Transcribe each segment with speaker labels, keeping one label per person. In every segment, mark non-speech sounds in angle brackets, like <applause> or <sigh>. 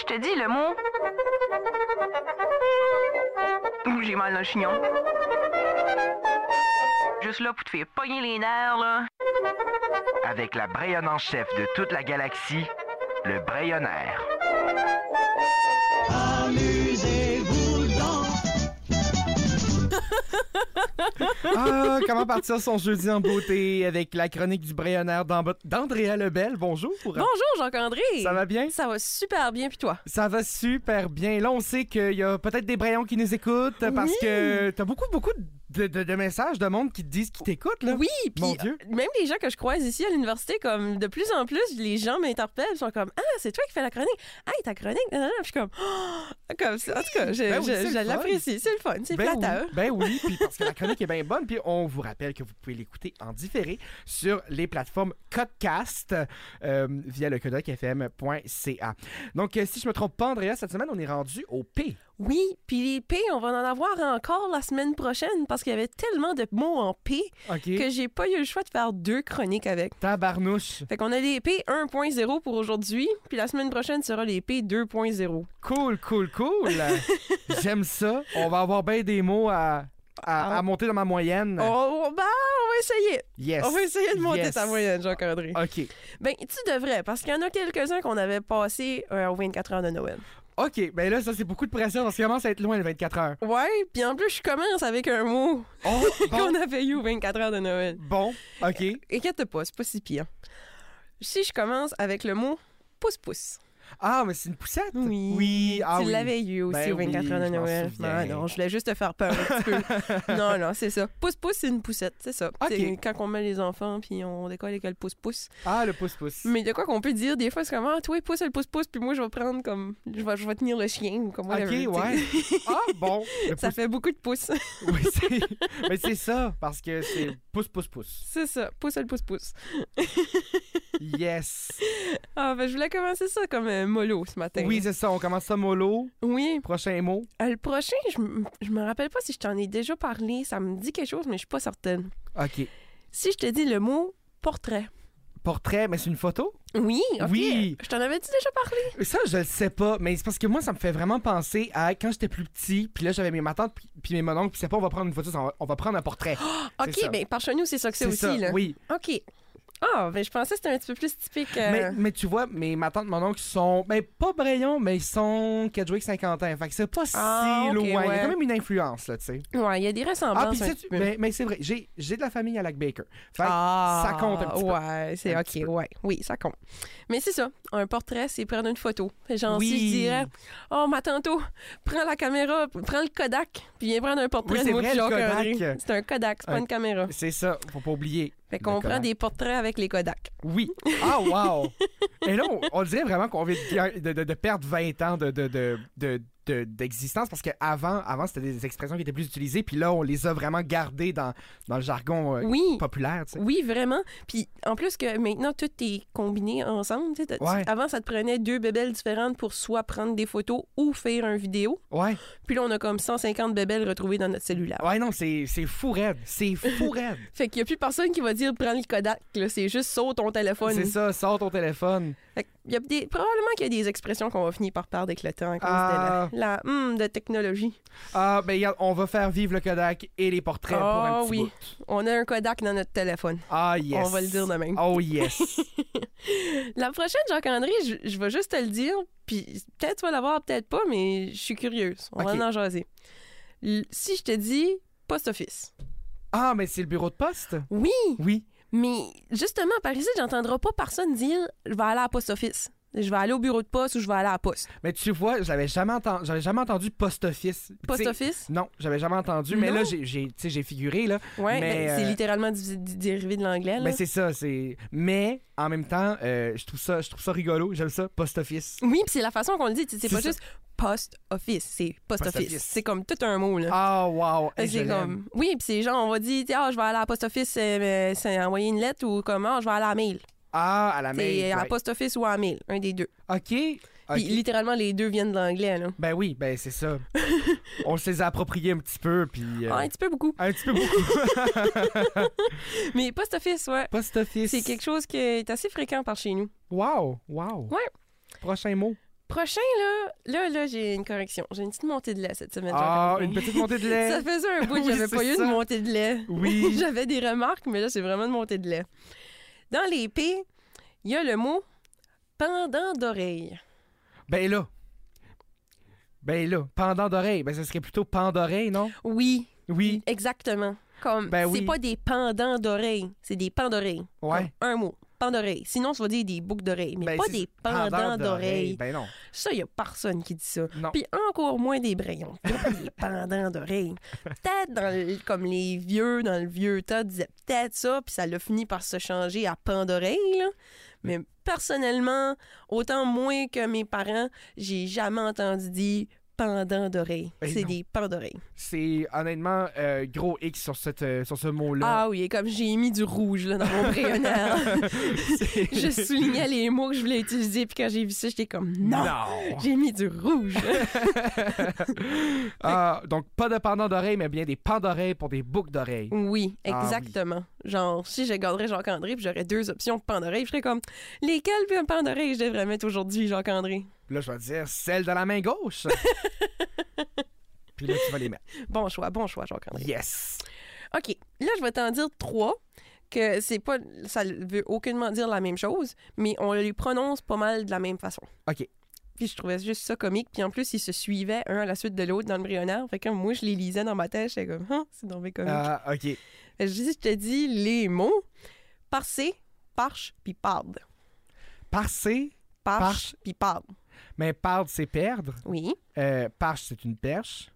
Speaker 1: je te dis le mot. Ouh, j'ai mal dans le chignon. Juste là pour te faire pogner les nerfs, là.
Speaker 2: Avec la Brayonne en chef de toute la galaxie, le Brayonnaire.
Speaker 3: Amusez-vous donc.
Speaker 4: Ah, comment partir son jeudi en beauté avec la chronique du Brayonnaire d'Amb- d'Andrea Lebel. Bonjour.
Speaker 5: Bonjour, Jean-André.
Speaker 4: Ça va bien?
Speaker 5: Ça va super bien, puis toi?
Speaker 4: Ça va super bien. Là, on sait qu'il y a peut-être des Brayons qui nous écoutent parce
Speaker 5: Oui.
Speaker 4: que t'as beaucoup, beaucoup de, de- de messages de monde qui te disent qu'ils t'écoutent. là.
Speaker 5: Oui,
Speaker 4: Mon
Speaker 5: puis
Speaker 4: Dieu.
Speaker 5: même les gens que je croise ici à l'université, comme de plus en plus, les gens m'interpellent, sont comme Ah, c'est toi qui fais la chronique. Ah, et ta chronique. Non, non, non. Puis je suis comme Ah, comme ça. En tout cas, je,
Speaker 4: Ben oui,
Speaker 5: je-
Speaker 4: c'est
Speaker 5: je
Speaker 4: le fun.
Speaker 5: l'apprécie. C'est le fun. C'est
Speaker 4: Ben
Speaker 5: flatteur.
Speaker 4: oui, ben oui, puis parce que la chronique est bien bonne, puis on vous rappelle que vous pouvez l'écouter en différé sur les plateformes Codcast euh, via le codecfm.ca. Donc, euh, si je me trompe pas, Andrea, cette semaine, on est rendu au P.
Speaker 5: Oui, puis les P, on va en avoir encore la semaine prochaine parce qu'il y avait tellement de mots en P
Speaker 4: OK.
Speaker 5: que j'ai pas eu le choix de faire deux chroniques avec.
Speaker 4: Tabarnouche.
Speaker 5: Fait qu'on a les P 1.0 pour aujourd'hui, puis la semaine prochaine sera les P 2.0.
Speaker 4: Cool, cool,
Speaker 5: <laughs>
Speaker 4: cool. J'aime ça. On va avoir bien des mots à, à, à monter dans ma moyenne.
Speaker 5: Oh, bah, Ah. on va essayer.
Speaker 4: Yes.
Speaker 5: On va essayer de monter
Speaker 4: Yes.
Speaker 5: ta moyenne, Jean-André.
Speaker 4: OK.
Speaker 5: Ben, tu devrais, parce qu'il y en a quelques-uns qu'on avait passés euh, aux 24 heures de Noël.
Speaker 4: OK. Ben là, ça, c'est beaucoup de pression parce qu'il commence à être loin, les 24
Speaker 5: <laughs>
Speaker 4: heures.
Speaker 5: Ouais, puis en plus, je commence avec un mot
Speaker 4: Oh, bon.
Speaker 5: qu'on avait eu aux 24 heures de Noël.
Speaker 4: bon. OK.
Speaker 5: Inquiète pas, c'est pas si pire. Si je commence avec le mot pouce-pouce.
Speaker 4: Ah, mais c'est une poussette.
Speaker 5: Oui.
Speaker 4: Oui. Ah,
Speaker 5: tu
Speaker 4: oui.
Speaker 5: l'avais eu aussi
Speaker 4: Ben
Speaker 5: aux 24
Speaker 4: oui,
Speaker 5: heures de
Speaker 4: je m'en
Speaker 5: Noël. Ah
Speaker 4: souviens.
Speaker 5: Non, non, je voulais juste te faire peur un petit peu. <laughs> non, non, c'est ça. Pouce-pouce, c'est une poussette, c'est ça.
Speaker 4: Ok.
Speaker 5: C'est quand on met les enfants, puis on décolle avec le pouce-pouce.
Speaker 4: Ah, le pouce-pouce.
Speaker 5: Mais de quoi qu'on peut dire, des fois, c'est comme, ah, toi, pousse le pouce-pouce, puis moi, je vais prendre comme, je vais, je vais tenir le chien, ou comme
Speaker 4: OK,
Speaker 5: whatever, tu sais.
Speaker 4: ouais. ah,
Speaker 5: <laughs>
Speaker 4: bon. Le
Speaker 5: Ça
Speaker 4: pouce-
Speaker 5: fait beaucoup de pouces.
Speaker 4: Oui, c'est- mais c'est ça, parce que c'est pouce-pouce-pouce.
Speaker 5: <laughs> c'est ça. Pouce le pouce-pouce.
Speaker 4: Yes.
Speaker 5: Ah, ben, je voulais commencer ça comme un mollo ce matin.
Speaker 4: Oui, c'est ça. On commence ça mollo.
Speaker 5: Oui.
Speaker 4: Prochain mot.
Speaker 5: Euh, Le prochain, je, m- je me rappelle pas si je t'en ai déjà parlé. Ça me dit quelque chose, mais je suis pas certaine.
Speaker 4: OK.
Speaker 5: Si je te dis le mot portrait.
Speaker 4: Portrait, mais c'est une photo?
Speaker 5: Oui, ok.
Speaker 4: Oui.
Speaker 5: Je t'en avais dit déjà parlé.
Speaker 4: Ça, je le sais pas, mais c'est parce que moi, ça me fait vraiment penser à quand j'étais plus petit, puis là, j'avais mes ma tante, puis- puis mes mon oncle, puis c'est pas, on va prendre une photo, on va, on va prendre un portrait. C'est ça.
Speaker 5: Ok, ben, par chez nous, c'est ça que c'est aussi,
Speaker 4: ça,
Speaker 5: là.
Speaker 4: oui.
Speaker 5: Ok. Ah, ben, je pensais que c'était un petit peu plus typique. euh,
Speaker 4: Mais, mais tu vois, mes, ma tante, mon oncle sont, ben, pas Brayon, mais ils sont Kedgewick-Saint-Quentin. Fait que c'est pas
Speaker 5: Ah,
Speaker 4: si
Speaker 5: ok,
Speaker 4: loin. Il y
Speaker 5: ouais.
Speaker 4: a quand même une influence, là, tu sais.
Speaker 5: Ouais, il y a des ressemblances.
Speaker 4: ah, puis
Speaker 5: un
Speaker 4: sais,
Speaker 5: petit
Speaker 4: tu-
Speaker 5: peu.
Speaker 4: mais, mais c'est vrai, j'ai, j'ai de la famille à Lac Baker. Fait que
Speaker 5: Ah.
Speaker 4: ça compte un petit peu.
Speaker 5: Ouais, c'est
Speaker 4: Un petit
Speaker 5: OK,
Speaker 4: peu.
Speaker 5: ouais. Oui, ça compte. Mais c'est ça, un portrait, c'est prendre une photo. Fait Genre,
Speaker 4: Oui.
Speaker 5: si je dirais, oh, ma tantôt, prends la caméra, prends le Kodak, puis viens prendre un portrait
Speaker 4: Oui,
Speaker 5: de
Speaker 4: c'est
Speaker 5: moi
Speaker 4: vrai,
Speaker 5: puis
Speaker 4: le
Speaker 5: Jacques-André.
Speaker 4: Kodak. euh,
Speaker 5: C'est un Kodak, c'est pas
Speaker 4: Un-
Speaker 5: une caméra.
Speaker 4: C'est ça, faut pas oublier.
Speaker 5: Fait qu'on
Speaker 4: Le
Speaker 5: prend
Speaker 4: Kodak.
Speaker 5: des portraits avec les Kodak.
Speaker 4: Oui. Ah, wow! Et là, on, on dirait vraiment qu'on vient de, de- de- de perdre 20 ans de, de, de, de- de- d'existence parce qu'avant, avant, c'était des expressions qui étaient plus utilisées, puis là, on les a vraiment gardées dans, dans le jargon euh,
Speaker 5: Oui.
Speaker 4: populaire, tu sais.
Speaker 5: Oui, vraiment. Puis en plus que maintenant, tout est combiné ensemble. tu sais, t'as- tu-
Speaker 4: Ouais.
Speaker 5: Avant, ça te prenait deux bébelles différentes pour soit prendre des photos ou faire un vidéo.
Speaker 4: Ouais.
Speaker 5: Puis là, on a comme 150 bébelles retrouvées dans notre cellulaire.
Speaker 4: Ouais, non, c'est, c'est fou raide. C'est fou raide.
Speaker 5: Fait qu'il y a plus personne qui va dire prends le Kodak, là. c'est juste saute ton téléphone.
Speaker 4: c'est ça, sors ton téléphone.
Speaker 5: Fait qu'il y a des, probablement qu'il y a des expressions qu'on va finir par perdre avec le temps à cause
Speaker 4: Ah.
Speaker 5: de la, la hum de technologie.
Speaker 4: Ah, ben, regarde, on va faire vivre le Kodak et les portraits pour un
Speaker 5: Ah
Speaker 4: petit
Speaker 5: oui.
Speaker 4: bout.
Speaker 5: On a un Kodak dans notre téléphone.
Speaker 4: Ah, yes.
Speaker 5: On va le dire de même.
Speaker 4: Oh,
Speaker 5: <laughs>
Speaker 4: yes.
Speaker 5: La prochaine, Jacques-André, je, je vais juste te le dire, puis peut-être tu vas l'avoir, peut-être pas, mais je suis curieuse. On
Speaker 4: Ok.
Speaker 5: va en jaser. L- si je te dis post office.
Speaker 4: ah, mais c'est le bureau de poste?
Speaker 5: Oui,
Speaker 4: Oui.
Speaker 5: mais justement, par ici, j'entendrai pas personne dire je vais aller à post office. Je vais aller au bureau de poste ou je vais aller à la poste.
Speaker 4: Mais tu vois, j'avais jamais, entendu, j'avais jamais entendu post-office.
Speaker 5: Post
Speaker 4: Tu sais,
Speaker 5: office?
Speaker 4: Non, j'avais jamais entendu, mais
Speaker 5: Non?
Speaker 4: là, j'ai- j'ai tu sais, j'ai figuré, là.
Speaker 5: Ouais,
Speaker 4: Mais,
Speaker 5: ben, c'est
Speaker 4: euh,
Speaker 5: littéralement du- du- dérivé de l'anglais. là.
Speaker 4: Ben, c'est ça, c'est... Mais, en même temps, euh, je trouve ça je trouve ça rigolo, j'aime ça, post-office.
Speaker 5: Oui, puis c'est la façon qu'on le dit. tu sais, C'est
Speaker 4: C'est
Speaker 5: pas
Speaker 4: ça.
Speaker 5: juste post office, c'est post
Speaker 4: Post
Speaker 5: office.
Speaker 4: office.
Speaker 5: C'est comme tout un mot là.
Speaker 4: Ah, wow,
Speaker 5: Fait
Speaker 4: hey,
Speaker 5: que
Speaker 4: je
Speaker 5: c'est
Speaker 4: l'aime.
Speaker 5: comme oui, puis c'est genre on va dire tu sais, ah je vais aller à la post office, euh, euh, c'est envoyer une lettre ou comment, je vais aller à la mail.
Speaker 4: Ah, à la
Speaker 5: C'est
Speaker 4: main.
Speaker 5: à la post office ou à la mail, un des deux.
Speaker 4: OK, OK.
Speaker 5: Puis littéralement les deux viennent de l'anglais là.
Speaker 4: Ben oui, ben c'est
Speaker 5: <laughs>
Speaker 4: ça. On se les a appropriés un petit peu, puis... euh,
Speaker 5: Ah, un petit peu beaucoup.
Speaker 4: Un petit peu beaucoup.
Speaker 5: Mais post office, ouais.
Speaker 4: Post-office.
Speaker 5: C'est quelque chose qui est assez fréquent par chez nous.
Speaker 4: Wow, wow.
Speaker 5: Ouais.
Speaker 4: Prochain mot.
Speaker 5: prochain, là, là, là, j'ai une correction. J'ai une petite montée de lait cette semaine.
Speaker 4: Ah,
Speaker 5: Jean-Philippe.
Speaker 4: une petite montée
Speaker 5: <laughs>
Speaker 4: de
Speaker 5: Ça
Speaker 4: lait.
Speaker 5: faisait un bout que
Speaker 4: Oui,
Speaker 5: j'avais
Speaker 4: c'est
Speaker 5: pas eu
Speaker 4: ça.
Speaker 5: de montée de lait.
Speaker 4: Oui.
Speaker 5: <laughs> j'avais des remarques, mais là, c'est vraiment une montée de lait. Dans les P, il y a le mot pendant d'oreille.
Speaker 4: Ben là. Ben là. Pendant d'oreille. Ben, ça serait plutôt d'oreille, non?
Speaker 5: Oui,
Speaker 4: Oui.
Speaker 5: exactement. Comme,
Speaker 4: Ben
Speaker 5: c'est
Speaker 4: oui.
Speaker 5: pas des pendants d'oreille, c'est des pans d'oreille.
Speaker 4: Ouais.
Speaker 5: Comme Un mot, pan d'oreille. Sinon, tu vas dire des boucles d'oreille, mais
Speaker 4: Ben,
Speaker 5: pas
Speaker 4: c'est-
Speaker 5: des pendants d'oreille.
Speaker 4: Ben non.
Speaker 5: Ça, il y a personne qui dit ça.
Speaker 4: Non.
Speaker 5: Puis encore moins des braillons. Il y a pas des pendants d'oreille. Peut-être dans le- comme les vieux, dans le vieux tas, disaient peut-être ça, puis ça l'a fini par se changer à pan d'oreille. là. Mais personnellement, autant moins que mes parents, j'ai jamais entendu dire pendant d'oreille.
Speaker 4: Eh
Speaker 5: C'est
Speaker 4: non.
Speaker 5: des pans d'oreille.
Speaker 4: C'est honnêtement euh, gros X sur, cette, euh, sur ce mot-là.
Speaker 5: Ah oui, et comme j'ai mis du rouge là, dans mon brayonnaire.
Speaker 4: <laughs>
Speaker 5: je soulignais les mots que je voulais utiliser, puis quand j'ai vu ça, j'étais comme non.
Speaker 4: Non.
Speaker 5: J'ai mis du rouge.
Speaker 4: <laughs> Ah, donc, pas de pendant d'oreille, mais bien des pans d'oreille pour des boucles d'oreille.
Speaker 5: Oui,
Speaker 4: Ah oui.
Speaker 5: exactement. Genre, si je garderais Jacques-André, puis j'aurais deux options pour Pandoré, je serais comme, lesquelles puis un Pandoré je devrais mettre aujourd'hui, Jacques-André?
Speaker 4: Là, je vais dire celle de la main <laughs> gauche. Puis là, tu vas les mettre.
Speaker 5: Bon choix, bon choix, Jacques-André.
Speaker 4: Yes.
Speaker 5: OK, là, je vais t'en dire trois, que c'est pas, ça veut aucunement dire la même chose, mais on les prononce pas mal de la même façon.
Speaker 4: OK.
Speaker 5: Puis je trouvais juste ça comique, puis en plus, ils se suivaient un à la suite de l'autre dans le brionnaire. Fait que moi, je les lisais dans ma tête, j'étais comme, Hein, c'est tombé comique.
Speaker 4: Ah, OK.
Speaker 5: Fait que si je te dis les mots, parcé, parche, puis parde.
Speaker 4: Parcer, Parche.
Speaker 5: Parche, puis parde.
Speaker 4: mais perdre, c'est perdre.
Speaker 5: Oui.
Speaker 4: Euh, parche, c'est une perche.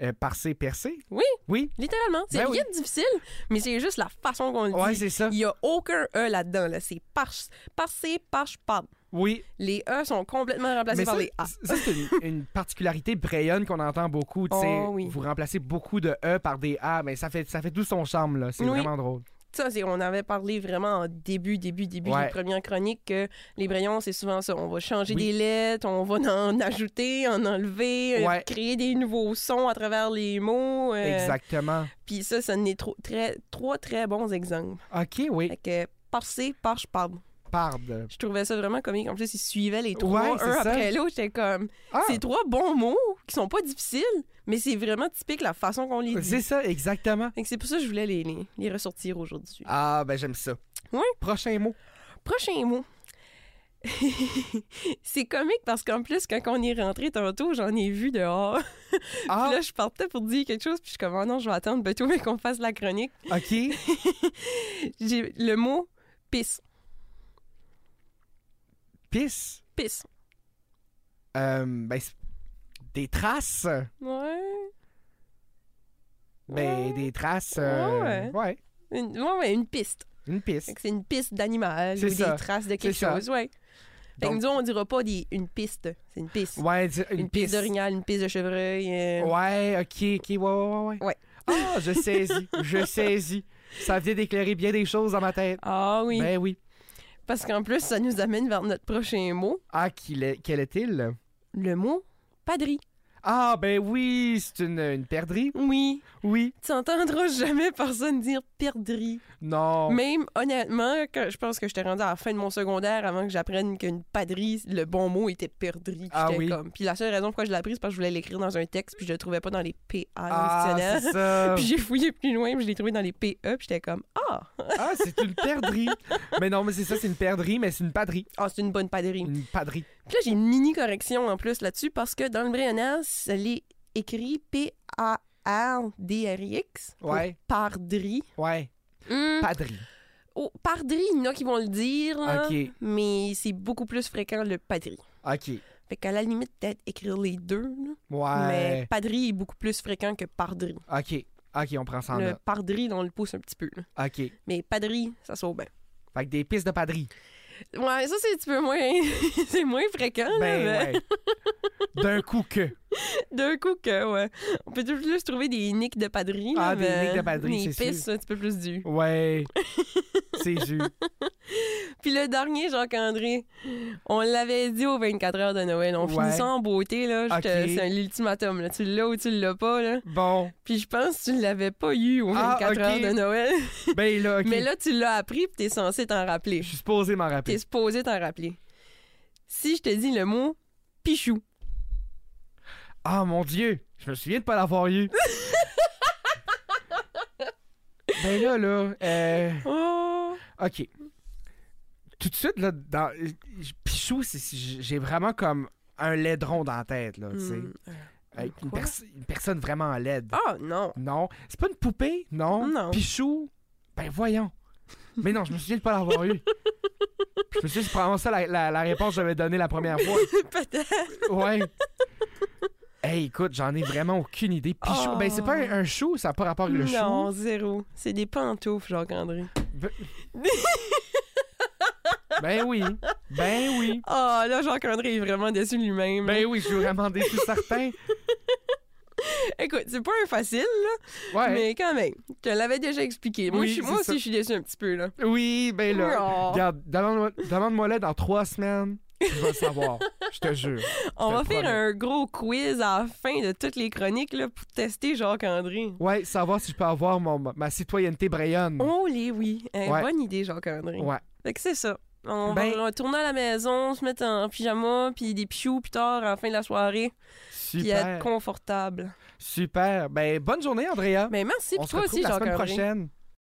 Speaker 4: Euh, parcer, percer.
Speaker 5: Oui.
Speaker 4: Oui.
Speaker 5: Littéralement. C'est
Speaker 4: Ben
Speaker 5: rien de difficile, mais c'est juste la façon qu'on le dit.
Speaker 4: Ouais, c'est ça.
Speaker 5: Il n'y a aucun E là-dedans. Là. C'est parche, parcé, parche, parle.
Speaker 4: Oui.
Speaker 5: Les E sont complètement remplacés
Speaker 4: Mais
Speaker 5: par
Speaker 4: ça,
Speaker 5: les A.
Speaker 4: ça, c'est une, une particularité brayonne qu'on entend beaucoup. tu sais.
Speaker 5: Oh oui.
Speaker 4: Vous remplacez beaucoup de E par des A, mais ça fait, ça fait tout son charme. là. C'est
Speaker 5: Oui.
Speaker 4: vraiment drôle.
Speaker 5: Ça, c'est, on avait parlé vraiment en début, début, début
Speaker 4: Ouais.
Speaker 5: des premières chroniques que les brayons, c'est souvent ça. On va changer
Speaker 4: Oui.
Speaker 5: des lettres, on va en <laughs> ajouter, en enlever, euh,
Speaker 4: Ouais.
Speaker 5: créer des nouveaux sons à travers les mots. euh,
Speaker 4: Exactement.
Speaker 5: Puis ça, ça n'est trop, très, trois très bons exemples.
Speaker 4: OK, oui.
Speaker 5: Fait que parcé, parche, parle.
Speaker 4: Parde.
Speaker 5: Je trouvais ça vraiment comique. En plus, ils suivaient les trois
Speaker 4: Ouais, c'est
Speaker 5: un
Speaker 4: ça.
Speaker 5: après l'autre. J'étais comme,
Speaker 4: Ah,
Speaker 5: c'est trois bons mots qui sont pas difficiles, mais c'est vraiment typique la façon qu'on les
Speaker 4: c'est
Speaker 5: dit.
Speaker 4: ça, exactement.
Speaker 5: Fait que C'est pour ça que je voulais les, les, les ressortir aujourd'hui.
Speaker 4: Ah, ben j'aime ça.
Speaker 5: Oui.
Speaker 4: Prochain mot.
Speaker 5: Prochain mot. <laughs> c'est comique parce qu'en plus, quand on est rentré tantôt, j'en ai vu dehors.
Speaker 4: Ah,
Speaker 5: Puis là, je partais pour dire quelque chose, puis je suis comme, Ah non, je vais attendre plutôt mais qu'on fasse la chronique.
Speaker 4: OK.
Speaker 5: J'ai le mot pisse.
Speaker 4: Pisse.
Speaker 5: Pisse.
Speaker 4: Euh, ben, c'est- des traces.
Speaker 5: Ouais.
Speaker 4: Ben,
Speaker 5: Ouais.
Speaker 4: des traces. euh,
Speaker 5: Ouais.
Speaker 4: ouais.
Speaker 5: Une, ouais, ouais, une piste.
Speaker 4: Une piste.
Speaker 5: Fait que C'est une piste d'animal
Speaker 4: C'est
Speaker 5: ou
Speaker 4: ça.
Speaker 5: des traces de quelque
Speaker 4: C'est ça.
Speaker 5: chose, ouais. Fait que
Speaker 4: Donc-
Speaker 5: nous autres, on dira pas des- une piste, c'est une piste.
Speaker 4: Ouais, dire- une,
Speaker 5: une, piste d'orignal, une piste de chevreuil. euh,
Speaker 4: Ouais, ok, ok, ouais, ouais, ouais.
Speaker 5: Ouais.
Speaker 4: Ah, je saisis,
Speaker 5: <laughs>
Speaker 4: je saisis. Ça vient d'éclairer bien des choses dans ma tête.
Speaker 5: Ah oui,
Speaker 4: Ben oui.
Speaker 5: parce qu'en plus, ça nous amène vers notre prochain mot,
Speaker 4: Ah, qu'il est- quel est-il?
Speaker 5: le mot padri.
Speaker 4: Ah, ben oui, c'est une, une perdrix.
Speaker 5: Oui,
Speaker 4: Oui.
Speaker 5: tu n'entendras jamais personne dire perdri.
Speaker 4: Non.
Speaker 5: Même honnêtement, quand- je pense que j'étais rendue à la fin de mon secondaire avant que j'apprenne qu'une padrie, le bon mot était perdri.
Speaker 4: Ah
Speaker 5: J'étais
Speaker 4: oui.
Speaker 5: comme- Puis la seule raison pourquoi je l'ai appris, c'est parce que je voulais l'écrire dans un texte, puis je le trouvais pas dans les PA
Speaker 4: ah,
Speaker 5: dictionnaire.
Speaker 4: c'est ça.
Speaker 5: <laughs> Puis j'ai fouillé plus loin, puis je l'ai trouvé dans les PE, puis j'étais comme Ah,
Speaker 4: Ah, c'est une perdrix. mais non, mais c'est ça, c'est une perdrix, mais c'est une padrie.
Speaker 5: ah c'est une bonne padrie.
Speaker 4: Une padrie.
Speaker 5: Puis là, j'ai une mini correction en plus là-dessus parce que dans le Brionnaire, ça l'est écrit P-A-R-D-R-I-X. pour
Speaker 4: Ouais.
Speaker 5: Pardri.
Speaker 4: Ouais,
Speaker 5: Hmm,
Speaker 4: padrie.
Speaker 5: oh, pardri, il y en a qui vont le dire, là,
Speaker 4: Ok,
Speaker 5: mais c'est beaucoup plus fréquent le padri.
Speaker 4: ok.
Speaker 5: Fait qu'à la limite, peut-être écrire les deux, là. mais
Speaker 4: Ouais.
Speaker 5: padri est beaucoup plus fréquent que pardri.
Speaker 4: Ok, ok, on prend ça en
Speaker 5: Le
Speaker 4: note.
Speaker 5: pardri, on le pousse un petit peu, là.
Speaker 4: Ok. Fait
Speaker 5: mais padri, ça saute bien.
Speaker 4: que des pistes de padrie.
Speaker 5: Ouais, ça, c'est un petit peu moins... c'est moins <laughs> fréquent, là, mais
Speaker 4: Ben ouais.
Speaker 5: <laughs>
Speaker 4: D'un coup que.
Speaker 5: d'un coup que, ouais. On peut toujours plus trouver des niques de padrie, là,
Speaker 4: Ah, des
Speaker 5: mais
Speaker 4: niques de padrie,
Speaker 5: des
Speaker 4: c'est
Speaker 5: pistes, un petit peu plus du.
Speaker 4: Ouais. c'est jus.
Speaker 5: Puis le dernier, Jacques-André, on l'avait dit aux 24 heures de Noël. On
Speaker 4: Ouais.
Speaker 5: finit ça en beauté, là. Je te-
Speaker 4: Ok.
Speaker 5: C'est un- l'ultimatum, là. Tu l'as ou tu l'as pas, là.
Speaker 4: Bon,
Speaker 5: Puis je pense que tu l'avais pas eu aux
Speaker 4: Ah,
Speaker 5: 24
Speaker 4: ok.
Speaker 5: heures de Noël.
Speaker 4: ben là, <laughs> ok.
Speaker 5: Mais là, tu l'as appris, puis t'es censé t'en rappeler.
Speaker 4: je suis supposé m'en
Speaker 5: T'es
Speaker 4: rappeler.
Speaker 5: supposé t'en rappeler. Si je te dis le mot Pichou.
Speaker 4: Ah mon dieu, je me souviens de pas l'avoir
Speaker 5: <laughs>
Speaker 4: eu. ben là, là, euh,
Speaker 5: Oh.
Speaker 4: ok. Tout de suite, là, dans, je- Pichou, c'est- c'est- j'ai vraiment comme un laidron dans la tête, là, tu sais.
Speaker 5: Hmm.
Speaker 4: Avec une,
Speaker 5: Quoi?
Speaker 4: perso- une personne vraiment laide.
Speaker 5: Ah non. <laughs>
Speaker 4: Non. C'est pas une poupée, non.
Speaker 5: Non.
Speaker 4: Pichou, ben voyons. Mais non, je me souviens de pas l'avoir eu. Je me suis dit, c'est probablement ça la, la- la réponse que j'avais donnée la première fois.
Speaker 5: Peut-être.
Speaker 4: Ouais. Hey, écoute, j'en ai vraiment aucune idée. Pichou,
Speaker 5: Oh.
Speaker 4: ben c'est pas un, un chou, ça n'a pas rapport avec le
Speaker 5: Non, zéro. C'est des pantoufles, Jacques-André.
Speaker 4: chou. Ben oui. Ben oui.
Speaker 5: Ah, là, Jacques-André est vraiment déçu de lui-même.
Speaker 4: Ben oui, je suis vraiment déçu certain.
Speaker 5: Écoute, c'est pas un facile, là,
Speaker 4: Ouais.
Speaker 5: mais quand même, je te l'avais déjà expliqué. Moi,
Speaker 4: Oui,
Speaker 5: je suis- moi
Speaker 4: c'est
Speaker 5: aussi,
Speaker 4: ça.
Speaker 5: je suis déçu un petit peu, là.
Speaker 4: Oui, ben là.
Speaker 5: Oh.
Speaker 4: Regarde, demande-moi demande-moi là dans trois semaines. Je vais le savoir. Je te jure.
Speaker 5: On
Speaker 4: te
Speaker 5: va
Speaker 4: le
Speaker 5: faire
Speaker 4: promets.
Speaker 5: un gros quiz à la fin de toutes les chroniques, là, pour tester Jacques-André.
Speaker 4: Ouais, savoir si je peux avoir mon, ma- ma citoyenneté brayonne.
Speaker 5: Oh, les oui. Eh,
Speaker 4: Mm. Ouais.
Speaker 5: Bonne idée, Jacques-André.
Speaker 4: Ouais.
Speaker 5: Fait que c'est ça. On
Speaker 4: Ben-
Speaker 5: va retourner à la maison, se mettre en pyjama, puis des pichous plus tard, en fin de la soirée, puis
Speaker 4: Super.
Speaker 5: être confortable.
Speaker 4: Super. Ben, bonne journée, Andrea.
Speaker 5: Mais merci,
Speaker 4: On
Speaker 5: puis
Speaker 4: se
Speaker 5: toi
Speaker 4: retrouve
Speaker 5: aussi,
Speaker 4: la semaine
Speaker 5: Jacques-André.
Speaker 4: prochaine.